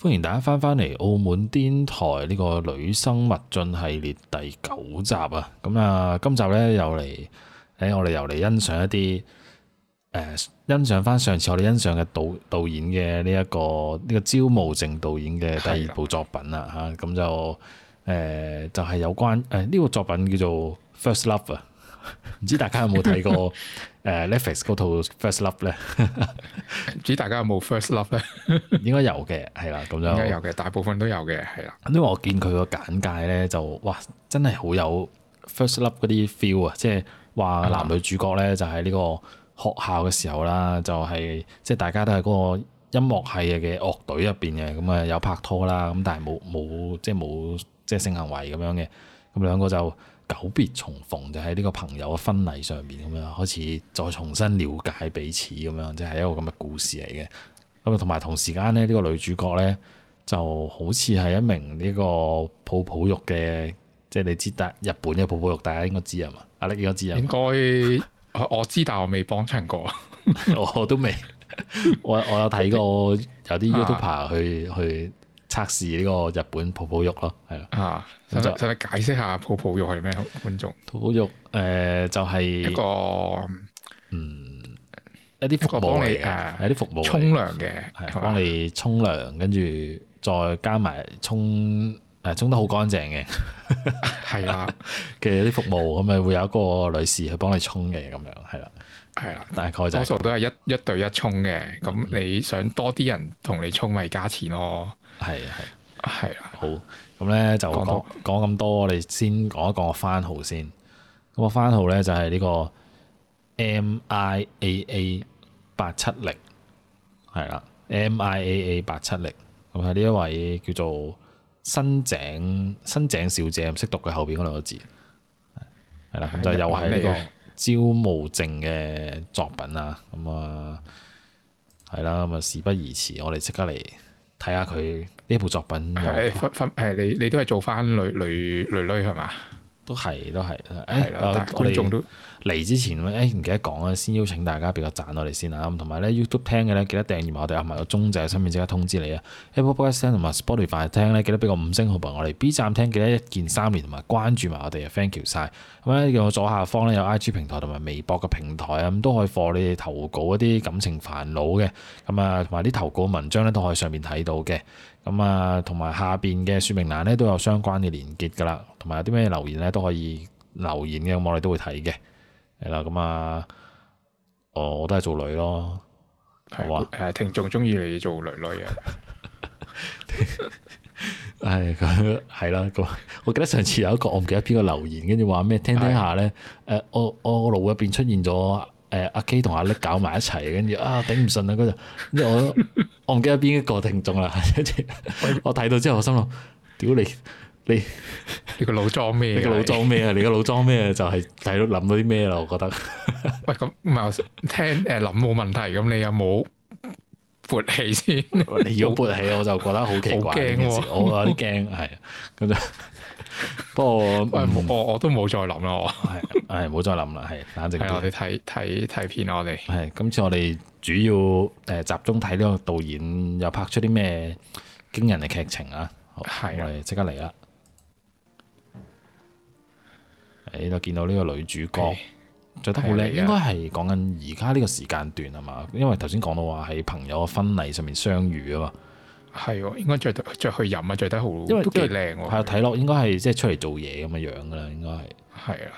歡迎大家翻返嚟澳門癲台呢個女生物進系列第九集啊！咁啊，今集咧又嚟，誒、我哋又嚟欣賞一啲誒、呃欣賞翻上次我哋欣賞嘅導導演嘅呢一個呢、個招募靜導演嘅第二部作品啦嚇，咁、就誒、呃就係、有關誒呢、個作品叫做 First Love 啊， 唔知大家有冇睇過誒、Netflix 嗰套 First Love 咧？唔知大家有冇 first love 咧？應該有嘅，係啦，咁就應該有嘅，大部分都有嘅，係啦。因為我見佢個簡介咧，就哇真係好有 first love 嗰啲 feel 啊！即係話男女主角咧就喺呢個學校嘅時候啦，就係、即係大家都係嗰個音樂系嘅樂隊入邊嘅，咁啊有拍拖啦，咁但係冇冇即係冇即係性行為咁樣嘅，咁兩個就久別重逢，就喺呢個朋友嘅婚禮上面咁樣開始再重新了解彼此咁樣，即係一個咁嘅故事嚟嘅。咁啊，同埋同時間咧，呢、個女主角咧就好似係一名呢個泡泡浴嘅，即係你知大日本嘅泡泡浴，大家應該知啊嘛？阿力應該知啊 應嘛，該我我知，但我未幫襯過。我都未，我我有睇過 有啲啊 YouTuber 去去測試呢個日本泡泡浴咯，係啦，啊，使咁唔使就使唔使解釋下泡泡浴係咩？觀眾泡泡浴誒、呃就一係、個一啲服一個務幫你嚟嘅，係誒一啲服務嚟嘅沖涼嘅，係係幫嘛你沖涼，跟住再加埋沖誒沖得好乾淨嘅。係 啦，嘅啲服務，咁咪會有一個女士去幫你沖嘅咁樣，係啦，係啦。大概就多係數都係一一對一沖嘅，嗯咁你想多啲人同你沖咪加錢咯，係係係啦，好。咁咧就講講多講咁多，我哋先講一講個番號先。咁個番號咧就係呢個 MIAA 八七零，係啦，MIAA 八七零。咁係呢一位叫做新井新井小姐，唔識讀佢後邊嗰兩個字，係啦，咁就係又係呢日文嚟個嘅招募證嘅作品啦。咁啊，係啦，咁啊事不宜遲，我哋即刻嚟睇下佢呢部作品有係分分係你你都係做翻女女女女係嘛？都係都係。誒，係啦，啊但係我觀眾哋都嚟之前咧，誒唔記得講啊，先邀請大家俾個讚我哋先啊。咁同埋咧 YouTube 聽嘅咧，記得訂閱埋我哋，啊同埋個鐘仔身邊即刻通知你啊。Apple Podcast 聽同埋 Spotify 聽咧，記得俾個五星好評我哋。B 站聽記得一鍵三連同埋關注埋我哋啊，thank you 晒。咁咧，我左下方咧有 IG 平台同埋微博嘅平台啊，咁都可以放你哋投稿一啲感情煩惱嘅。咁啊，同埋啲投稿文章咧都可以上面睇到嘅。咁啊，同埋下邊嘅説明欄咧都有相關嘅連結噶啦，同埋有啲咩留言咧都可以留言嘅，咁我哋都會睇嘅。係啦，咁啊，哦我我都係做女咯，係好啊誒聽眾中意你做女女啊。係佢係啦，咁 我記得上次有一個我唔記得邊個留言，跟住話咩聽聽下咧，誒、我我我腦入邊出現咗誒阿 K 同阿叻搞埋一齊，跟住啊頂唔順啦嗰陣，跟住我 我唔記得邊一個聽眾啦， 跟住我睇到之後我心諗，屌你你你個腦裝咩？你個腦？裝咩啊？你個腦裝咩啊？就係睇到諗到啲咩啦，我覺得。喂，咁唔係我聽誒諗冇問題，咁你有冇勃起先？你要勃起，我就覺得好奇怪呢好驚件事，喎我有啲驚，係咁就。 不過喂，唔冇我我都冇再諗啦，我係係唔好再諗啦，係冷靜係啦啊我啲。哋睇睇睇片啊啦，我哋係今次我哋主要誒呃集中睇呢個導演又拍出啲咩驚人嘅劇情啊！好，我係啊哋即刻嚟啦。誒，就見到呢個女主角係着得好靚，係嚟嘅啊應該係講緊而家呢個時間段啊嘛，因為頭先講到話喺朋友嘅婚禮上面相遇啊嘛。係喎，應該着得着去飲啊，着得好，因為都幾靚係啊，喎，睇落應該係即係出嚟做嘢咁嘅樣噶啦，應該係係啊，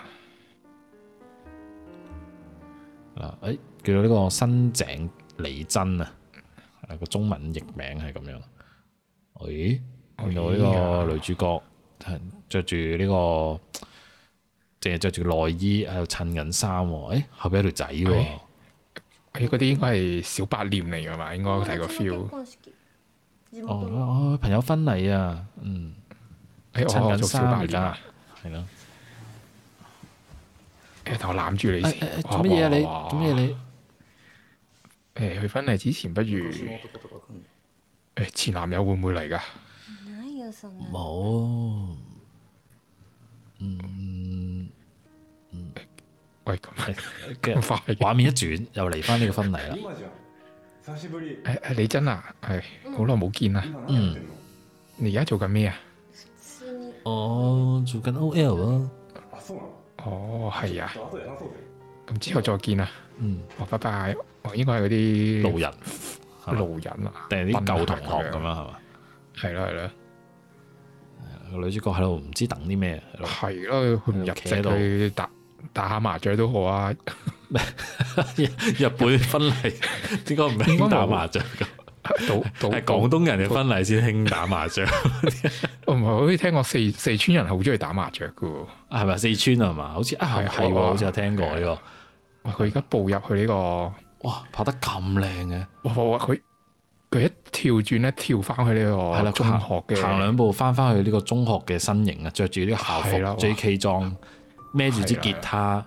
嗱，啊誒、叫做呢個新井李真啊，係個中文譯名係咁樣。咦、見到哎呢個女主角係着住呢個，淨係着住內衣喺度襯緊衫喎。誒、後邊有條仔喎係，誒哎嗰啲應該係小白臉嚟㗎嘛，應該睇個 feel。哦哦，哦，朋友婚禮啊，嗯，誒，哎我襯我緊做小衫白而臉家啊，係咯。誒，哎但我攬住誒你誒先誒，做乜嘢啊你？哇哇做乜嘢你？誒，去婚禮之前不如誒前男友會唔會嚟㗎？冇，喂，咁跟住嗯咁快嘅 畫面一轉，又嚟翻呢個婚禮啦。久しぶり。係係李真啊，係好耐冇見啦。今何やってんの？你而家做緊咩啊？普通に我哦做緊啊 OL 咯，あ、そうなの。哦，係啊ち。ょっと後で話そうぜ。咁之後再見啦。嗯，哦，拜拜。我應該係嗰啲路人係嘛路人啊，定係啲舊同學咁樣係嘛？係啦係啦，個女主角喺度唔知等啲咩，喺度係啦，佢唔入企喺籍度去打打下麻雀都好啊。 日本婚 禮應該唔應該興冇打麻雀㗎，賭賭哦係廣東人嘅婚禮先興打麻雀，唔係，好似聽過四四川人好中意打麻雀嘅喎。係咪四川啊嘛？好似啊係係喎，我好似有聽過呢個。哇！佢而家步入去呢、個，哇，拍得咁靚嘅，哇哇哇！佢佢一跳轉咧，跳翻去呢係啦，哦個中行學嘅行兩步翻翻去呢個中學嘅身形啊，着住呢個校服係啦哇 J.K. 裝，孭住支係啦吉他，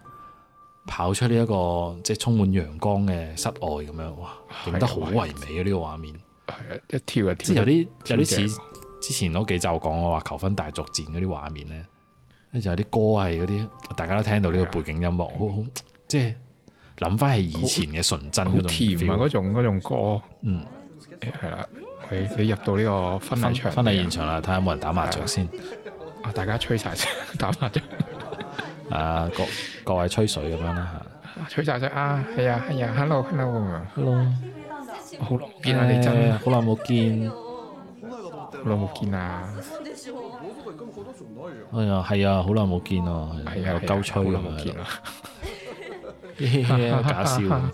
跑出呢一個即係充滿陽光嘅室外咁樣，哇，影得好唯美啊！呢個畫面，係啊，一跳就即係跳有得。啲有啲跳似之前嗰幾集講我話求婚大作戰嗰啲畫面咧，跟住有啲歌係嗰啲大家都聽到呢個背景音樂，好好即係諗翻係以前嘅純真啊好嗰種甜啊！ feel 嗰種嗰種歌，嗯，係啦。喂，你入到呢個婚婚禮場，婚禮現場啦，睇下有冇人打麻雀先。啊！大家吹晒聲， 打麻雀，啊，各各位吹水咁樣啦吹晒聲啊！係啊係啊，hello hello 咁樣。 Hello，好耐冇見啊！你真啊，好耐冇見。好耐冇見啊！哎呀，係啊，好耐冇見啊，係啊，又係啊鳩吹好咁耐冇樣見，啦。嘿嘿嘿好 搞笑啊！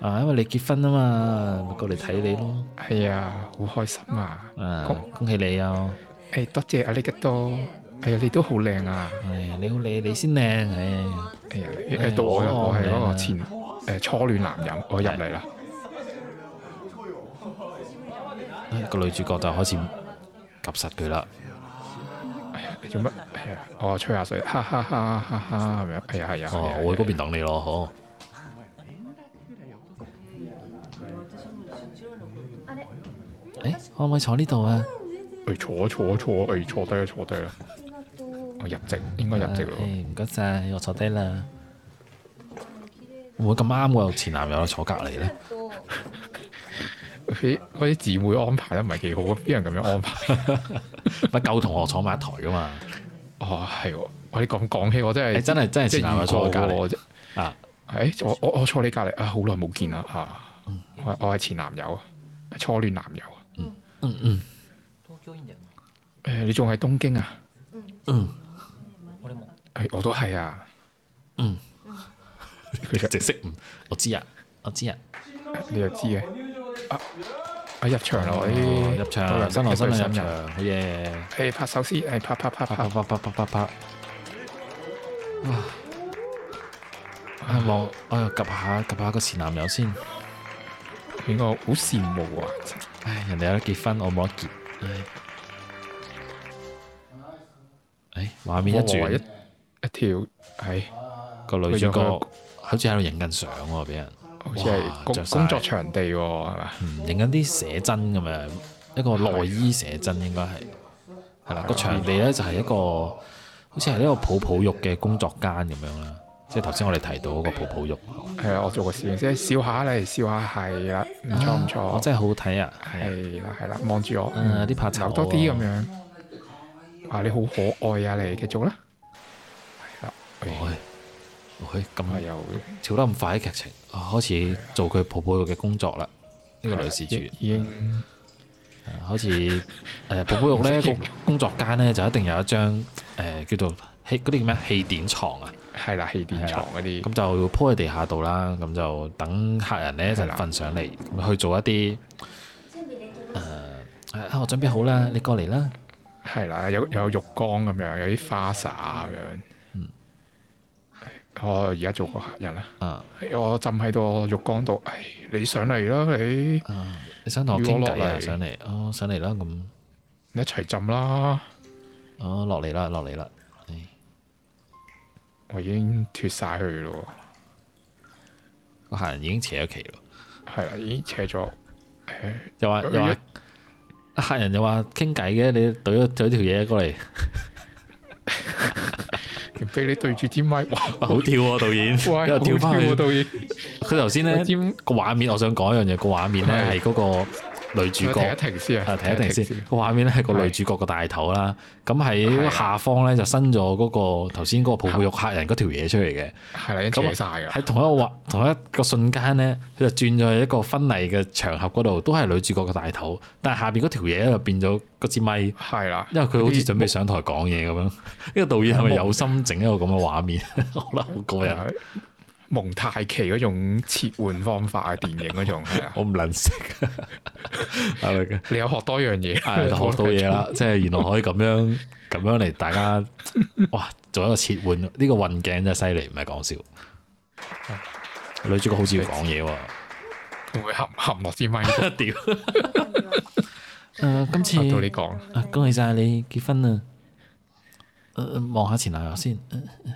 啊，因為你結婚啊嘛，咪過嚟睇你咯。係啊，好開心啊！啊恭，恭喜你啊！誒，多謝阿力吉多。係啊，你都好靚啊！唉，你好你你先靚，唉，哎呀，誒到我啦，我啊係嗰個前誒初戀男人，我入嚟啦。唉個女主角就開始及實佢啦。你做乜？係啊，我吹下水，哈哈哈哈哈咁樣。係啊係啊，係啊哦，我喺嗰邊等你咯，好。誒，可唔可以坐呢度啊？誒坐坐坐，誒坐低啦啊坐低啦。我入席應該入席咯啊唉。唔該晒，我坐低啦。會唔會咁啱我有前男友坐隔 離咧？啲嗰啲姊妹安排得唔係幾好，邊人咁樣安排？咪舊同學坐埋一台噶嘛？哦係喎，我你咁講起我真你係嗯真係真係即前男係友遇坐我過隔離喎啫。啊！誒我我我坐你隔離啊，好耐冇見啦啊！我我係前男友啊，初戀男友啊。嗯嗯誒你仲喺東京啊？嗯，誒我都係啊。嗯。佢就直識唔？我知啊，我知啊。你又知嘅。啊啊入場啦！我哦啲入多場，人新郎新娘入人場，好嘢！誒拍手先，誒拍拍拍啪啪拍，啪啪啪啪啪，哇！啊望，哎呀，及下及下個前男友先。應該好羨慕啊！唉，人哋有得結婚，我冇得結。唉，唉哎畫面一哇轉一。一哎條係個女主角好似喺度影緊相喎，俾人好似係工着晒工作場地喎，係嘛？嗯影緊啲寫真咁樣，一個內衣寫真應該係係啦。個場地咧就係一個好似係一個泡泡浴嘅工作間咁樣啦，即係頭先我哋提到嗰個泡泡浴，係啊，我做個攝影師，笑下嚟，笑下係啦，唔錯唔我錯，真係好睇啊！係啊係啦係啦，望住我，嗯啊啲拍手留多啲咁樣。哇！你好可愛啊，你繼續啦。係啦，哎哎喂喂我咁又跳得咁快嘅劇情，啊開始做佢泡泡浴嘅工作啦。呢個女事主啊已已經好似誒寶寶浴咧個工作間咧就一定有一張誒、呃叫做氣嗰啲叫咩氣墊床啊，係啦，氣墊床嗰啲咁就鋪喺地下度啦，咁就等客人咧一陣係啦瞓上嚟，咁去做一啲誒啊我準備好啦，你過嚟啦，係啦，有有浴缸咁樣，有啲花灑咁樣。嗯我而家做個客人啦，哎啊我浸喺個浴缸度，唉，你上嚟啦，你啊你想同我要傾我落偈啊嚟上嚟，哦上嚟啦咁，你一齊浸啦。哦落嚟啦落嚟啦，唉我已經脱晒去咯，個客人已經扯咗旗咯。係啦，已經扯咗。唉又話佢又話啊一客人又話傾偈嘅，你懟咗懟條嘢過 嚟，俾你對住支咪，哇！哇好跳喎、導演，哇， 又跳翻好笑去啊，。導演，佢頭先咧我尖個畫面，我想講一樣嘢，個畫面咧係係嗰個女主角停一停先啊，啊，停一停先。個畫面咧係個女主角個大頭啦，咁喺係啊下方咧就伸咗嗰個頭先嗰個泡泡浴客人嗰條嘢出嚟嘅。係啦，已經咁啊扯晒㗎啦。喺同一個畫同一個瞬間咧，佢就轉咗去一個婚禮嘅場合嗰度，都係女主角個大頭，但係下邊嗰條嘢咧就變咗嗰支咪，因係啦，為佢好似準備上台講嘢咁樣。呢個導演係咪有心整一個咁嘅畫面？ 我覺得好過癮，係蒙太奇嗰種切換方法啊，電影嗰種 係啊，我唔能識，係咪嘅？你有學多樣嘢， 係就哎學到嘢啦，即係原來可以咁樣 咁樣嚟，大 家哇做一個切換，呢、個運鏡真係犀利，唔係講笑。啊女主角好似要講嘢喎，會唔會含含落支咪 度？屌！誒，今到次你講，啊，恭喜晒你結婚啊！誒望下前男友先，誒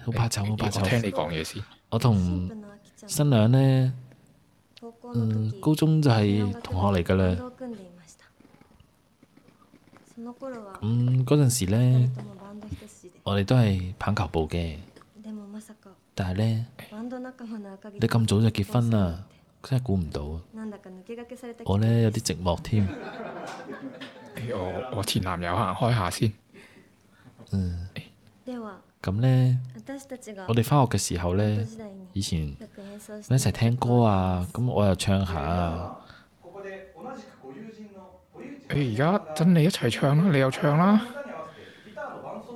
好怕醜，好怕我聽醜。你講嘢先。我同同新新娘呢，嗯嗯，高高中中就係係同同學學嚟嚟噶㗎啦。啦。咁嗰陣時呢，嗯，我哋都係棒球部嘅，但係呢，你你咁咁早早就就結結婚婚啦啦？，真係估唔到啊！我我呢，咧有有啲啲寂寞添。誒我我前男友行開下先，嗯，咁呢，我我哋哋翻學嘅時候呢，以以前前一一齊聽齊聽歌歌啊啊，，咁咁我又唱下啊，誒而家真你一齊唱啦，你又唱啦。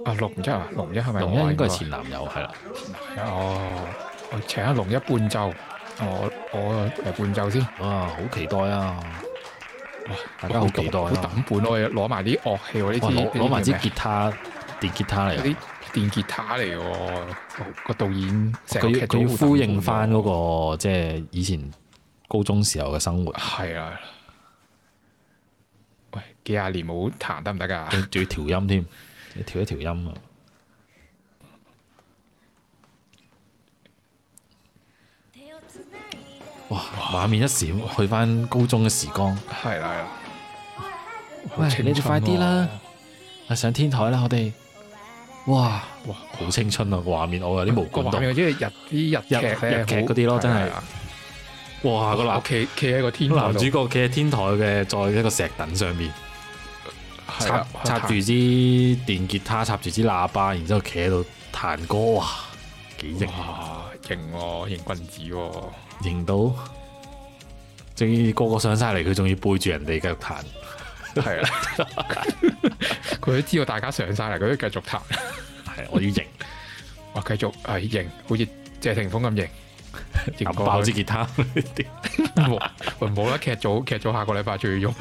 啊，龍一啊，龍一係咪我龍啊？一應該係前男友係啦，哦，我請阿龍一伴奏，我我嚟伴奏先。哇，好期待啊！大家好期待好啊！抌本咯，攞埋啲樂器喎，呢支哇，攞攞埋支呢吉他，電吉他叫嚟啊，咩嗰啲電吉他嚟喎。個導演成佢日要佢要呼應翻嗰個個即係以前高中時候嘅生活，係啊。喂，幾廿年冇彈得唔得㗎？仲仲要調音添，要調一調音啊！哇，畫面一閃，去翻高中嘅時光。係啦，係啦喂，青你哋快啲啦春喎！啊，上天台啦，我哋，哇，哇！好青春啊個畫面，我有啲無個感畫動。面即係日啲日劇咧，日劇嗰啲咯好真係係啊哇，個我男企企喺個天個台男度主角企喺天台嘅，在一個石凳上面，係插啊插住支電吉他，插住支喇叭，然之後企喺度彈歌，哇，幾型啊哇，型喎，型棍子喎，型到，仲要個個上晒嚟，佢仲要背住人哋繼續彈。係 啦，佢都知道大家上晒嚟，佢都繼續彈，係，我要 型，哇，繼續係型，好似謝霆鋒 咁型，型撳過爆佢支吉 他。冇喂冇啦，劇組劇組下個禮拜仲要用，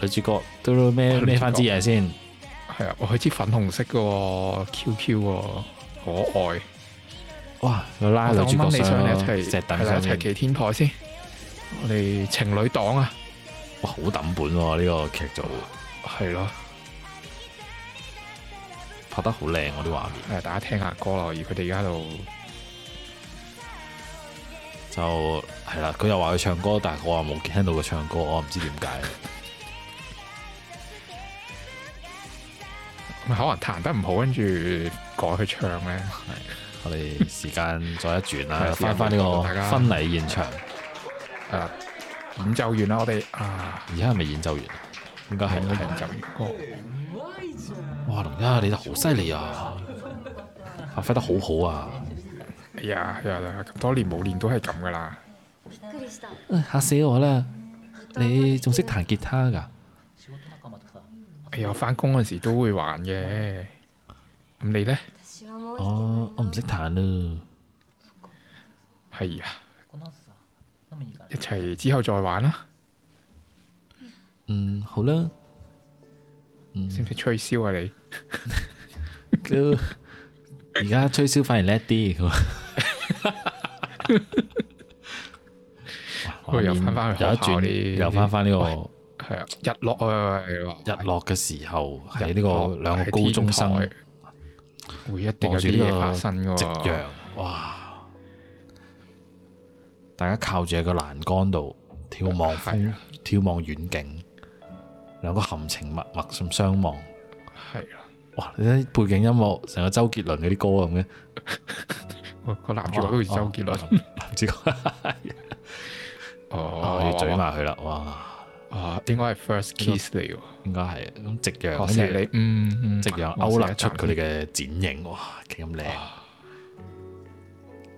女主角都孭孭翻支嘢先，係啊，哇，佢支粉紅色嘅喎，QQ 喎，可愛，哇！佢拉我女主掹角你上嚟一上齊，石凳係啦上一齊面。企天台先，我哋情侶檔啊，哇，好抌本喎、呢、個劇組係咯。拍得好靚喎啲畫面，誒，大家聽下歌啦，而佢哋而家喺度就係啦。佢又話佢唱歌，但係我話冇聽到佢唱歌，我唔知點解。可能彈得唔好，跟住改去唱咧。我哋時間再一轉係啦，時翻間翻呢個大家婚禮現場，係啦，演奏完啦，我哋啊，而家係咪演奏完？應該係係。演奏完歌，哇，龍一你就好犀利啊！發揮得好好啊！哎呀，哎呀，咁多年冇練都係咁噶啦。唉嚇死我啦！你你仲仲識識彈彈吉他㗎？哎呀，翻工嗰時都會玩嘅。咁你咧？哦，我唔識彈啊！係啊，一齊之後再玩啦。嗯，好啦。嗯識唔識吹簫啊你？都而家吹簫反而叻啲咁啊。哇 喂又返返去有一學校轉，啲又翻翻呢個係啊，日落啊，係啊日落嘅時候，喺日呢個落兩個高中生喺天台會一定有望住啲呢嘢發生個噶夕陽，哇！大家靠住喺個欄杆度眺望係風啊，眺望遠景，兩個含情脈脈咁相望。係啦，啊哇！你睇背景音樂成個周杰倫嗰啲歌咁嘅，個個男主角都似周杰倫。男主角， 哦我要嘴埋佢啦，哇！啊，應該係 first kiss 嚟喎。應該係咁夕陽，跟我錫住你，嗯嗯，夕陽我錫勾勒一出啖佢哋嘅剪影，哇，幾咁靚！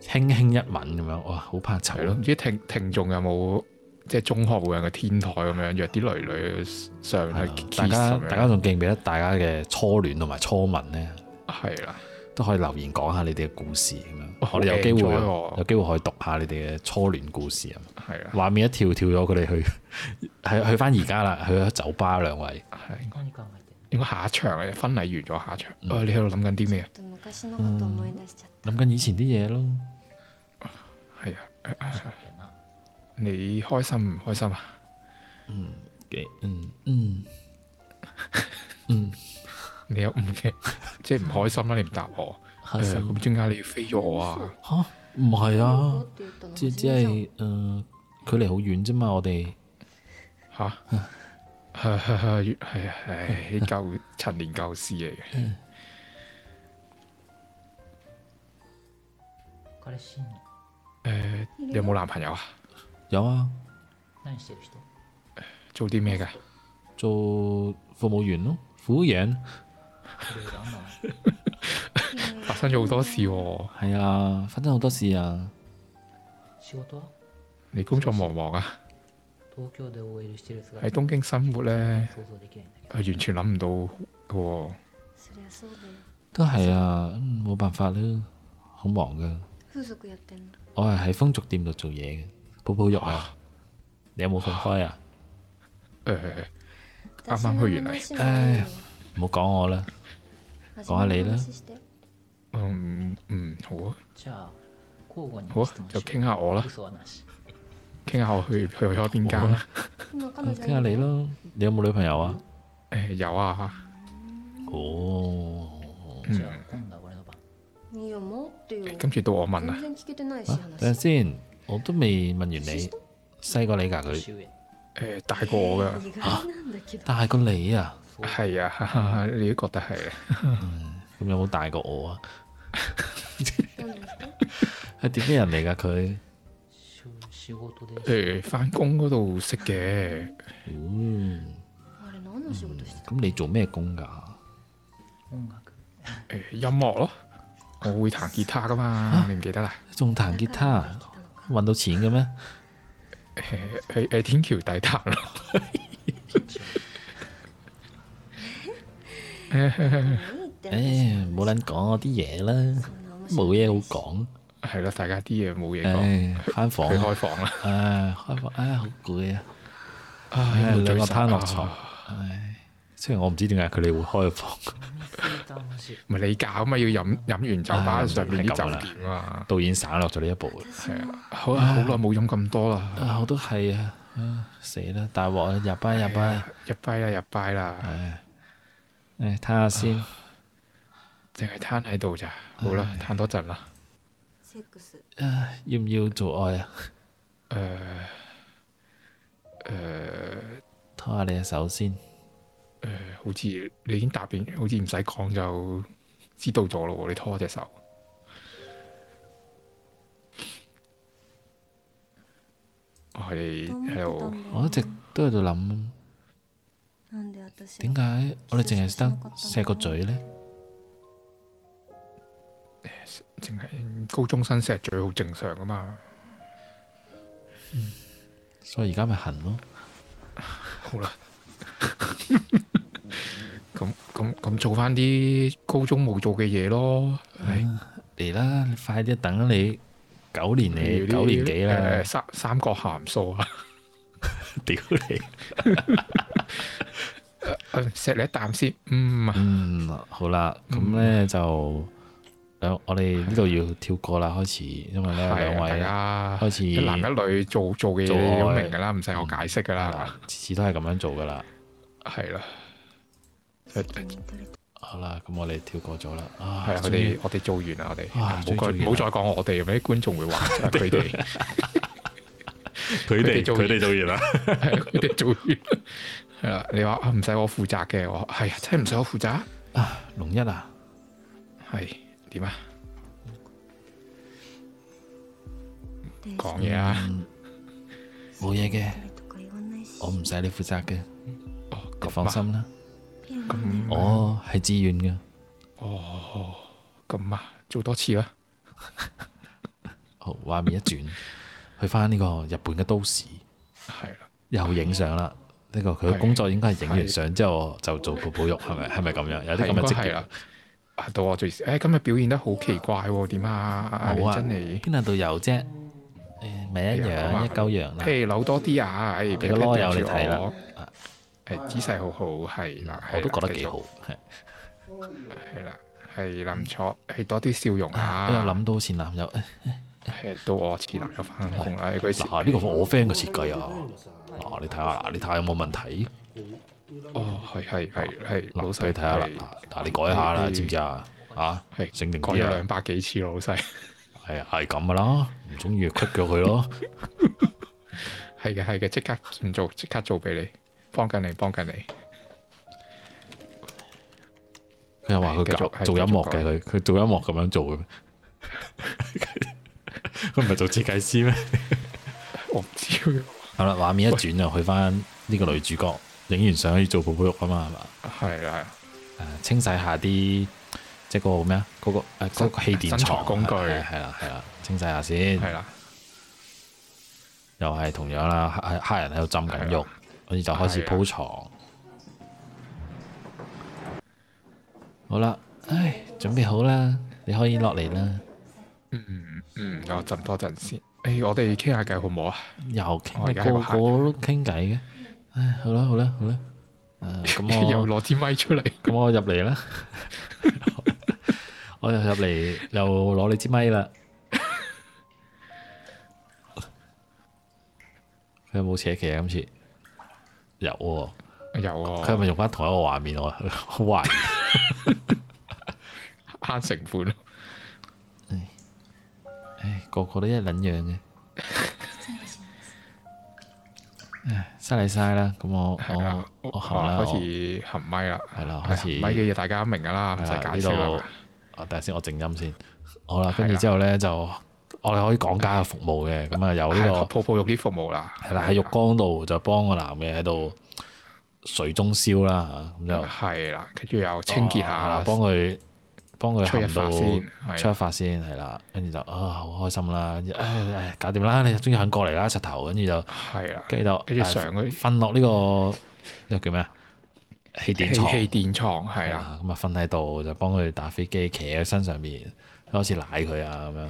輕輕一吻咁樣，哇，好怕醜啊係咯，唔知聽聽眾有冇即係中學會有個天台咁樣約啲女女上係去咯 kiss 大家咁樣大家仲記唔記得大家嘅初戀同埋初吻咧？係啦，都可以留言講下你哋嘅故事咁樣，哦哇好我哋有機 enjoy 會喎有機會可以讀下你哋嘅初戀故事啊！係啦，畫面一跳跳咗，佢哋去 係去翻而家啦，去咗酒吧兩位，係講講係點？應該下一場嘅婚禮完咗下一場。啊，你喺度諗緊啲咩啊？と昔のこと思い出しちゃっ諗緊以前啲嘢咯。係啊，你開心唔開心啊？幾嗯嗯你有唔嘅，即係唔開心啦，你唔答我。開心誒咁點解你要飛咗我啊？吓唔係啊た。向こうっ。て言ったの只只初めじゃん係誒距離好遠啫嘛，我哋吓，係係舊陳年舊事嚟嘅。これシーン誒，你有冇男朋友啊？有啊，何してる人做啲咩㗎？做服務員咯，服務員いろいろあんの發生咗好多事喎，係啊，發生好多事啊，仕事は你工作忙唔忙啊？東京で OL してる姿喺東京生活咧，想像できないんだけ係完全諗唔到嘅喎。そりゃそうだよ。都係啊，嗯冇辦法啦，好忙噶。風俗やってんの。我係喺風俗店度做嘢嘅，泡泡浴啊，你有冇份開啊？誒，啱啱去完嚟私の話はいいよ唔好講我啦，真講下你面目啦な話して嗯嗯，好啊，どじゃあ交互に好啊質問，し就よう傾下我啦，嘘はなし傾下我去去咗邊間啊啦。今彼女傾下你。咯。你有冇女朋友啊？誒，有啊，哦，じゃあ今度は俺の番いいよ、持ってよ。跟住到我問全啦，然聞けてないし、啊話。等陣先，我都未問完你，細過你㗎佢，年上誒大過我㗎，意外なんだけど。大過你啊？係啊 哈哈，你都覺得係啊，咁有冇大過我啊？何ですか係點嘅人嚟㗎佢？し仕事で誒翻工嗰度識嘅，嗯，あれ、何の仕事してた咁你做咩工㗎？音楽誒音樂咯，我會彈吉他㗎啊嘛，你唔記得啦？仲彈吉他 啊，揾到錢嘅咩？誒喺喺天橋底彈咯。のいいって。唉，冇撚講我啲嘢啦，そんな面冇白い嘢好係啦，大家啲嘢冇嘢講。講，唉，翻房佢啊，開房啦。唉，開房，唉，好攰啊，唉唉，冇兩個追殺攤落啊床，唉，雖然我唔知點解佢哋會開房， 聞いた話唔係你教啊嘛，要飲飲完酒吧唉上面係咁啲啦酒店啊。導演省略咗呢一步啦。係啊，好啊，好耐冇飲咁多啦，啊，我都係啊，啊死啦，大鑊啦，入班入班，入拜啦，入拜啦，唉，唉，睇下先，淨係攤喺度咋。好啦，攤多陣啦。セックス。唉要唔要做愛啊？誒誒拖下你嘅手先，誒，好似你已經答完，好似唔使講就知道咗咯喎。你拖我隻手，我我係喺度と思ってたんだよ一直都喺度諗。なんで私點が解我哋淨係得錫個嘴呢？淨係高中生錫嘴好正常噶嘛。所以而家咪痕咯。好啦， 咁咁咁做翻啲高中冇做嘅嘢咯。係嚟啦，你快啲等你九年你九年幾啦誒，三三角函數啊， 屌你！誒錫你一啖先。嗯啊，嗯，好啦，咁呢就兩我哋呢度要跳過啦，開始，因為呢啊係兩啊，大位家開始一男一女做做嘅嘢做你都愛明噶啦，唔使我解釋噶啦，次啊次都係咁樣做噶啦。係啦，責任取れた好啦，咁我哋跳過咗啦。啊，係啊我終哋於我哋做完啦，我哋唔哇好終於做再完啦唔好再講我哋，俾啲觀眾會話 佢哋 佢哋做完做完 啦。係佢哋做完係啦。你話啊唔使我負責嘅，我係啊真係唔使我負責，啊，龍一啊，係點啊？ 네,講嘢啊！嗯冇嘢嘅，誰とか言わないし我唔使你負責嘅，哦，你咁放啊，心哦啦。ピアノ 음,ね我係自愿嘅，咁啊，做多次啦。好畫面一轉， 去翻呢個日本嘅都市，係啦，又影相啦。呢個佢嘅係工作應該係影完係相之後就做個保育，係咪係咪咁樣？有啲係咁應該嘅職係業啦。啊，到我最誒、今日表現得好奇怪喎，點啊？你冇啊，真係邊度有啫？誒，咪一哎呀好樣啊一鳩樣啦。譬如扭多啲啊！誒，你個籮柚你睇啦，啊誒姿勢好好，係啦，我都覺係啦得幾好，，係。係啦，係啦，唔錯，係多啲笑容啊！哎我又諗到前男友，誒係到我前男友翻工啦，佢前嗱呢個我 friend 嘅設計啊，嗱你睇下嗱，你睇下有冇問題？哦係係係係嗱老你細睇下啦，係嗱嗱你改下啦，你知唔知啊？啊，係整定講啲咗啊兩，百幾次咯老細， 係啊係咁噶啦，唔中意就曲咗佢咯，係嘅係嘅，即刻唔做即刻做俾你，幫緊你幫緊你，佢又話係繼佢續搞係做繼音續樂嘅改佢，佢做音樂咁樣做嘅， 佢唔係做設計師咩？我唔知喎好啦，畫面一轉就去翻呢個女主角影完相去做泡泡浴啊嘛，係嘛？係啦，誒、呃清洗下啲即係嗰個咩啊？嗰、個誒嗰、個氣身墊材床啊工具係係啦係啦，清洗下先，係啦，又係同樣啦，黑黑人喺度浸緊係啊浴啦，跟住就開始係啊鋪床。好啦，唉，準備好啦，你可以落嚟啦。嗯，我浸多陣先，嗯誒我哋傾下偈好唔好啊？又傾我咩？而家個喺個度行都傾偈嘅。唉，好啦好啦好啦，誒、咁 又我攞支 咪出嚟，咁我入嚟啦，我又入嚟又攞你支咪啦。佢有冇扯旗啊？今次有喎、 有佢係喎，咪用翻同一個畫面？我 好懷疑。慳成本哦咯，唉，個個都一撚樣嘅。唉，犀利晒啦！咁我係啦，我我我行哦啦。哦開始含咪啦，係啦係啊開始含咪嘅嘢大家明㗎啦，唔使係啦解呢釋度啦，啊，等下先，我靜音先。好啦，跟住係啊啦之後咧就我哋可以講解下服務嘅，咁啊有呢個係。泡泡浴啲服務啦，係啦，喺浴缸度就幫個男嘅喺度水中燒啦嚇，咁就係啦，跟住又清潔下啊啦，幫佢幫佢吹一含發到先係出一發先係啦，跟住就啊好開心啦，唉唉搞掂啦，你終於肯過嚟啦，柒頭，跟住就係啦，跟住就啊跟住唉上嗰啲瞓落呢個呢個叫咩啊氣氣墊床氣墊床係啦，啊，咁啊瞓喺度就幫佢打飛機，騎喺佢身上面，開始舐佢啊咁樣，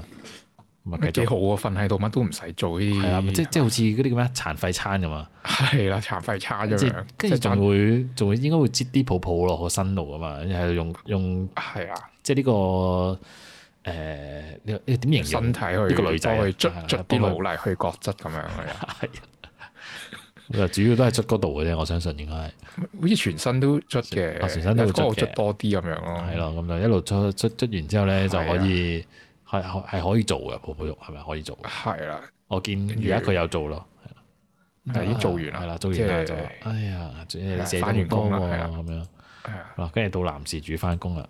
咁啊繼幾續好喎，瞓喺度乜都唔使做呢係啊，啲，即即好似嗰啲叫咩殘廢餐咁啊。係啦，殘廢差咁即樣係，跟住仲會仲會應該會擠啲泡泡落個身度噶啊嘛，係用用係啊，即係呢個誒呢個呢個點形容身體去呢個女仔啊幫佢係啦捽捽啲幫佢 腦嚟去角質咁樣係啊，就啊主要都係捽嗰度嘅啫，我相信應哦該係好似全身都捽啊嘅，全身都會捽嘅有嗰個捽多啲咁樣咯，係咯，咁就一路捽捽捽完之後咧就係啊可以係係係可以做嘅泡泡浴係咪可以做嘅？係啦，我見跟而住家佢有做咯，但係已經做完嗯係啦，啦，做即完啦係就哎呀，主要你係啊寫咗返完咁多工啦喎係啦咁樣，係啊，嗱跟住到男事主翻工啦，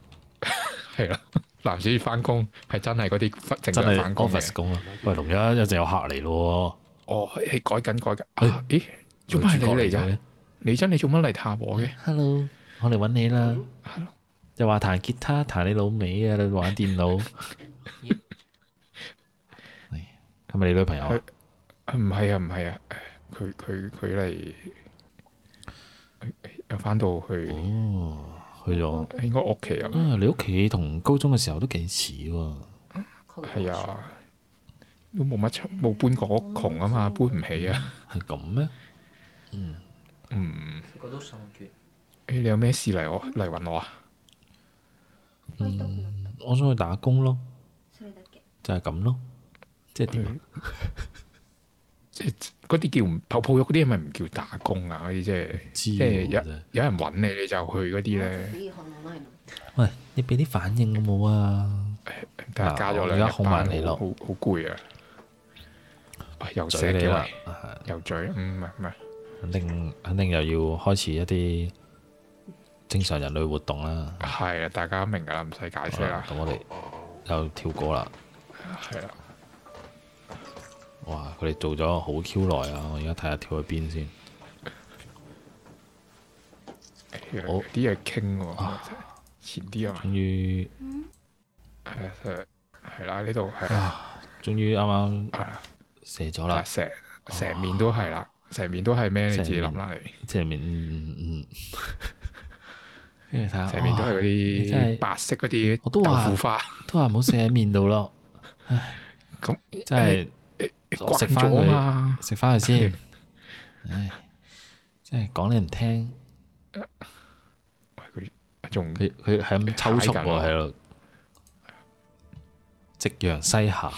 係啦， 男子翻工係真係嗰啲真正常係翻工嘅 office 工啦。喂，龍一有陣有客嚟咯哦，係改緊改緊。哎啊咦，做乜係女主角你嚟咗嘅㗎？李真，你做乜嚟探我嘅？ Hello，我嚟揾你啦。 Hello 又話彈吉他，彈你老味啊！你玩電腦，唉係咪你女朋友啊佢？啊唔係啊，唔係啊，佢佢佢嚟，又翻到去哦，去咗。應該屋企啊。啊，你屋企同高中嘅時候都幾似喎。係啊，都冇乜出冇搬過屋，窮啊嘛，搬唔起啊。係咁咩？嗯，これどうしたの急に誒你有咩事嚟我嗯嚟揾我啊？会いたくなった我想去打工咯，それだけ就係咁咯。即係點啊？ 即係嗰啲叫唔泡泡浴嗰啲，係咪唔叫打工啊？嗰啲即係知即係喎有真係有人揾你你就去嗰啲咧，いい反応ないの喂，你俾啲反應好冇啊？但係加嗱咗我兩而家日控班埋你好咯好好攰啊！啊又嘴寫你幾啦位，啊又嘴，嗯唔係唔係，肯定肯定又要開始一啲正常人類活動啦。係啊，大家明㗎啦，唔使解釋啦啊咁，我哋又跳過啦。係啦，哇！佢哋做咗好 Q 耐啊！我而家睇下跳去邊先。好有啲嘢傾啊喎，前啲啊終於嘛，係啊係啊係啦，呢度係啊啊，終於啱啱係啊，射咗嗱啦，啊成成面都係啦，成面都係咩？你自己諗啦，你即係面嗯嗯嗯，跟住睇下成面都啊係嗰哇你真啲係白色嗰啲我都話豆腐花，都話唔好射喺面度咯，咁真係慣食返佢咗啊嘛，食翻佢 先。唉，真係講你唔聽，喂佢仲佢佢係咁抽搐解緊喎我喺度。夕陽西下，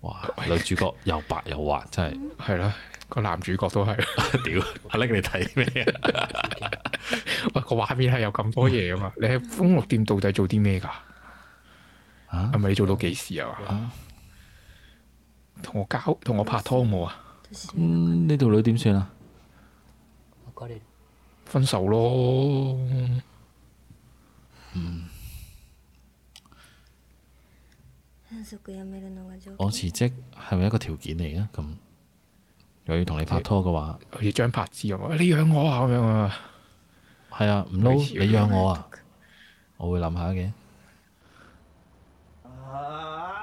哇！女主角又白又滑，真係。係啦，個男主角 都係， 屌，阿拎你睇咩啊？喂個畫面係有咁多嘢啊 嘛，你喺風樂店到底做啲咩㗎？啊係咪你做到幾時啊？同我交同我拍拖好冇啊？私咁呢條女點算啊？別れる分手咯，反則やめるのが条我件辭職係咪一個條件嚟啊？咁又要同你拍拖嘅話，好似張柏芝咁啊，你養我啊咁樣啊，係啊，唔類似撈你養我啊，我會諗下嘅。唉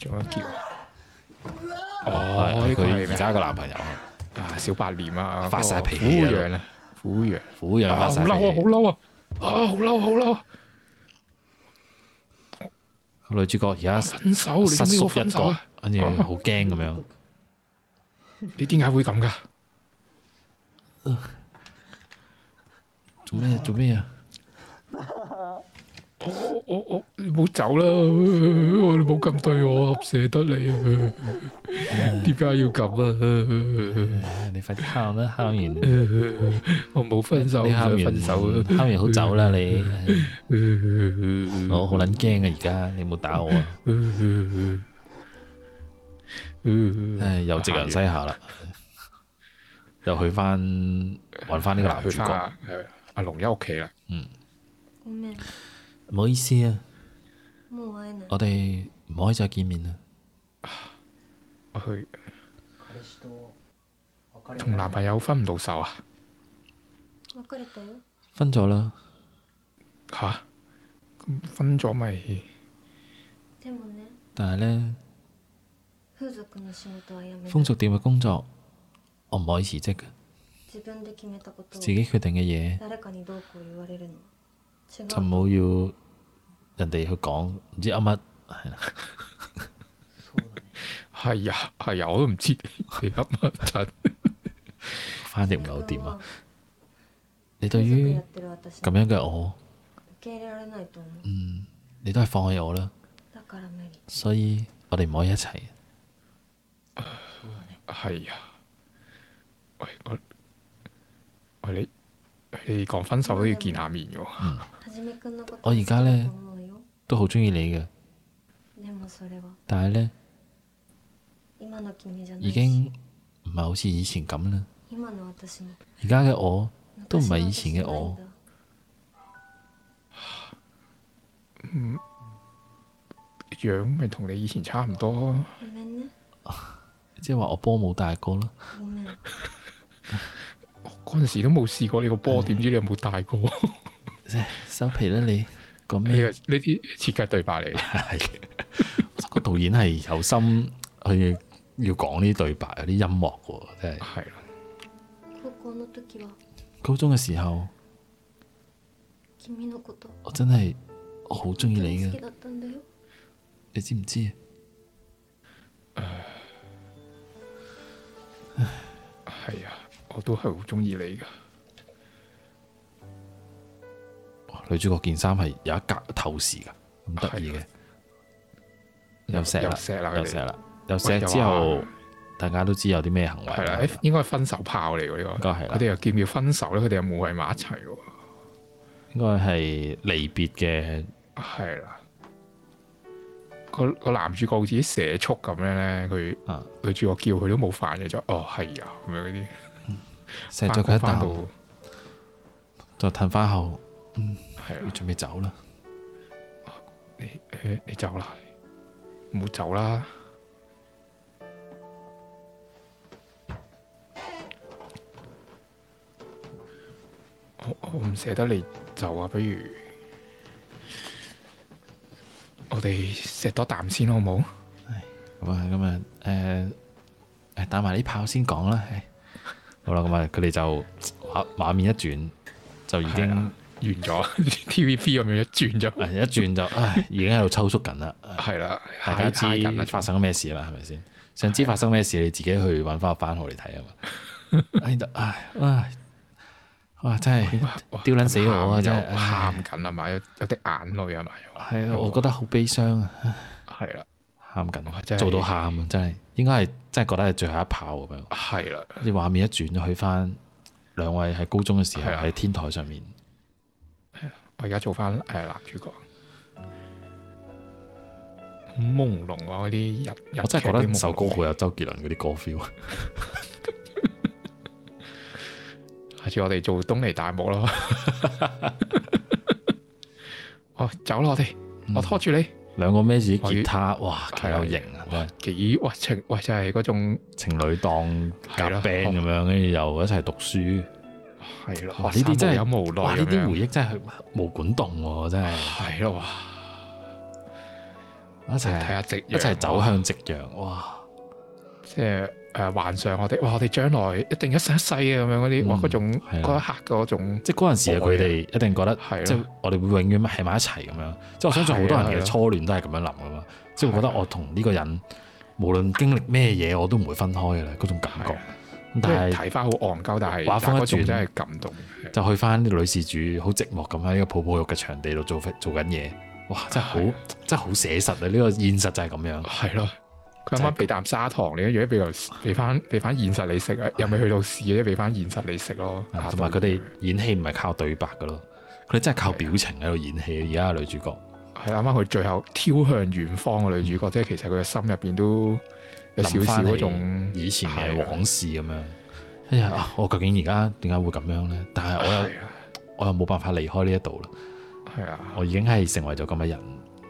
做乜叫啊？哦，係呢個佢係而咩家個男朋友啊啊？小白臉啊，發晒脾虎氣啊羊啊，虎羊苦養啊，翻好晒嬲啊，好你。嬲啊，啊，好嬲，好嬲啊，女主角而家失分手，你做咩要縮我分一手角啊？，跟住好驚咁樣。你點解會咁㗎？做咩？做咩啊？我我我，你唔好走啦，你冇咁對我，唔捨得你啊，點解要咁啊？唉你快啲喊啦！喊完你我冇分手，喊想完分手啊！喊完好走啦 你。唉我我好撚驚啊！而家你冇打我 啊！唉，又夕陽西下啦，又去翻揾翻呢個男主角。係阿龍一屋企啦，ごめん唔好意思啊，もう会えない我哋唔可以再見面啊啦。我去彼氏と別れる同男朋友分唔到手啊？別れたよ分咗啦，吓，咁分咗咪でもね但係呢，風俗の仕事はやめない風俗店嘅工作，我唔可以辭職嘅，啊自分で決めたことを自己決定嘅嘢誰かにどうこう言われるの違就う唔好要人哋去講，唔知噏乜係啦。そうだね係啊係啊，我都唔知 你噏乜柒。翻譯唔係好掂啊！你對風俗於やってる私咁受樣嘅我，け入れられないと思う你都係放棄我啦，だから無理所以我哋唔可以一齊。係啊，喂我喂你你講分手都要見下面嘅喎，はじめくんのことあいいかね好きだと思うよ都好中意你嘅，でもそれは但係呢，今の君じゃない已し經唔係好似以前咁啦。今の私も而家嘅我都唔係以前嘅我昔の私じゃない。んだ樣咪同你以前差唔多。ごめんね即係話我波冇大過啦，ごめん嗰陣時都冇試過呢個波，點知你有冇大過？呢唉收皮啦你，講個咩呢啲設計對白嚟嘅，係個導演係有心去要講呢啲對白，有啲音樂喎，真係。係啦。高校の時は高中嘅時候，君のこと我真係好中意你好き嘅，だったんだよ你知唔知？唉係啊，我都係好中意你噶。哇女主角件衫係有一格透視㗎，咁得意係嘅。又錫又啦，錫啦佢哋又錫啦，又喂錫又話之後，大家都知有啲咩行為係啊啦啦。，誒應該係分手炮嚟喎呢應個。該係啦佢哋又叫唔叫分手咧？佢哋又冇喺埋一齊喎。應該係離別嘅，係啦。個個男主角好似射速咁樣咧，佢啊女主角叫佢都冇反應咗。哦，係啊，咁樣嗰啲。錫咗佢一翻啖，到就褪翻後，係啊要啦，準備走啦。你誒你走啦，唔好走啦。我我唔捨得你走啊，不如我哋食多啖先好唔好？咁啊，咁啊，誒誒打埋呢炮先講啦。唉好啦，咁啊，佢哋就畫畫面一轉，就已係經啊完咗 TVB 咁樣一轉咗，誒一轉就唉，已經喺度抽搐緊啦。係啦，大家嗨嗨緊啦知發生咩事啊啦，係咪先？想知發生咩事，你自己去揾翻個番號嚟睇啊 嘛。哎就唉唉哇！真係哇丟撚死我啊！喊真就係唉喊緊啦啊嘛，有有啲眼淚啊嘛，係啊，我覺得好悲傷啊，唉係啦，喊哇緊，真係做到喊啊！真係應該係真係覺得係最後一炮咁樣。係啦，啲畫面一轉就去翻兩位喺高中嘅時候係啊喺天台上面，我而家做翻誒男主角。好朦朧啊！嗰啲日日我真係覺劇得啲朦首歌朧好有周杰倫嗰啲歌 feel。下次我哋做東尼大木咯。 哦，走啦我哋，嗯我拖住你。兩個孭住啲吉他，哇，幾係啊有型啊！真係幾哇情哇就係嗰種情侶檔係夾咯 band 咁樣，跟住又一齊讀書。係咯，哇！呢啲真有係無奈哇！呢咁啲樣回。憶真啊係無管動喎，真係 係咯，哇！一齊睇下夕陽啊一齊走向夕陽，哇！即係誒幻想我哋哇，我哋將來一定一生一世啊嘅咁樣嗰啲哇嗯嗰種係啊嗰一刻嗰種即係嗰陣時啊，愛啊佢哋一定覺得係咯即係我哋會永遠喺埋一齊咁樣。即係我相信好多係人啊係啊啊嘅初戀都係咁樣諗噶嘛，即係會覺得我同呢個人無論經歷咩嘢，我都唔會分開嘅啦，嗰種感係覺啊。咁即係但係睇翻好戇鳩，但畫風係一但係嗰種轉真係感動。就去翻啲女事主好寂寞咁喺呢個泡泡浴嘅場地度做做緊嘢，哇！真係好係啊真係好寫實啊！呢個現實就係咁樣。係咯，就佢啱係啱俾啖砂糖你，如果俾嚿俾翻俾翻現實你食啊，又未去到試嘅，俾翻現實你食咯。啊同埋佢哋演戲唔係靠對白噶咯，佢哋真係靠表情喺度演戲。而家嘅女主角係啱啱佢最後挑向遠方嘅女主角，即係其實佢嘅心入邊都有少諗少翻嗰種以前係嘅啊往事咁樣。哎呀，啊我究竟而家點解會咁樣呢？但係我又係啊我又冇辦法離開呢一度啦，係啊，我已經係成為咗咁嘅人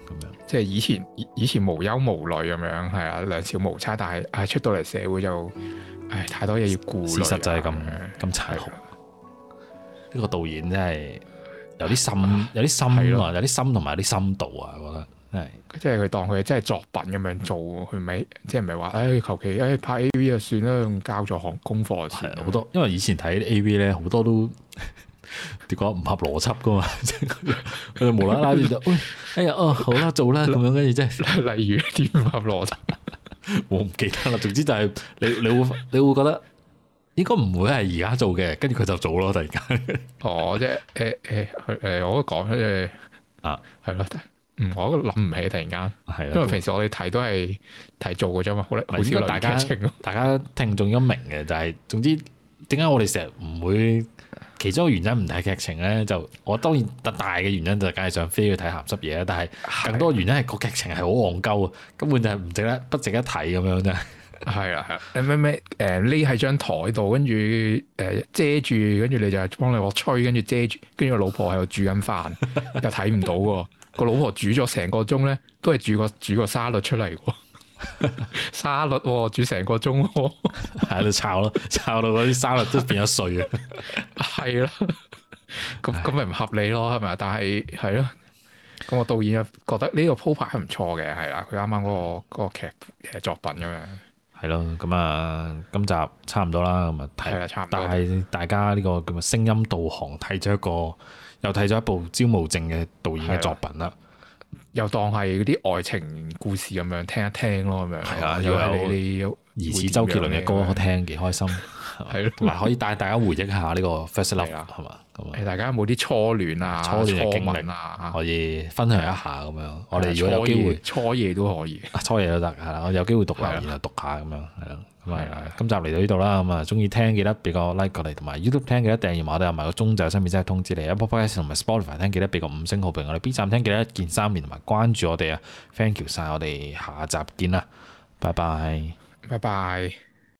咁樣。即係以前以以前無憂無慮咁樣，係啊，兩小無差，但係唉出到嚟社會就唉太多嘢要顧慮事啊。實就係咁咁殘係酷啊。呢個導演真係有啲深，有啲深係啊，咯有啲深同埋有啲深度啊，我覺得真係。佢即係佢當佢真係作品咁樣做，佢咪即係唔係話唉求其唉拍 A V 就算啦，用交咗行功課係先啊好多，因為以前睇 A.V. 咧，好多 都點講唔合邏輯噶嘛， 即係佢哋無啦啦 就喂，哎呀哦好啦做啦咁樣，跟住即係 例如啲唔合邏輯，我唔記得啦。總之就係你你會你會覺得應該唔會係而家做嘅，跟住佢就做咯，突然間 哦，即係誒誒佢誒，我都講誒啊係咯，嗯，我都諗唔起突然間，係啊因為啦。平時我哋睇都係睇做嘅啫嘛，好好唔係應少該大家睇劇情咯。大家聽眾應該明嘅，就係、總之點解我哋成日唔會其中一個原因唔睇劇情咧，就我當然特大嘅原因就梗係想飛去睇鹹濕嘢啦，但係。更多原因係個劇情係好戇鳩啊，根本就係唔值得不值得睇咁樣啫。係啊係啊，誒咩咩誒匿喺張台度，跟住誒遮住，跟住你就係幫你我吹，跟住遮住，跟住個老婆喺度煮緊飯，又睇唔到喎。個老婆煮咗成個鐘咧，都係煮個煮個沙律出嚟喎， 沙律喎、煮成個鐘喎， 喺度炒咯，炒到嗰啲沙律都變咗碎啊！係啦，咁咁咪唔合理咯，係咪啊？但係係咯，咁我導演又覺得呢個鋪排係唔錯嘅，係啦，佢啱啱嗰個嗰個劇誒作品咁樣，係咯，咁啊，今集差唔多啦，咁啊係睇，啦，差唔多但。係大家呢個咁嘅聲音導航睇咗一個，又睇咗一部招無正嘅導演啊嘅作品啦，又當係嗰啲愛情故事咁樣聽一聽咯，咁樣係啊如果又有係你你疑似周杰倫嘅歌聽幾開心，係咯同埋可以帶大家回憶下呢個 first love 係啊係嘛，咁誒啊大家有冇啲初戀啊、初戀嘅經歷吻啊？可以分享一下咁樣。我哋如果有機會。初夜都可以。啊初夜都得係啦，我有機會讀留言係啊就讀下咁樣，係啦。咁係啊啊，今集嚟到呢度啦，咁啊，中意聽記得俾個 like 我哋，同埋 YouTube 聽記得訂閱我哋，同埋個鐘就有新片先係通知你。Apple 啊 Podcast 同埋 Spotify 聽記得俾個五星好評我哋，B 站聽記得一鍵三連同埋關注我哋啊，thank you 晒，我哋下集見啦，拜拜。拜拜。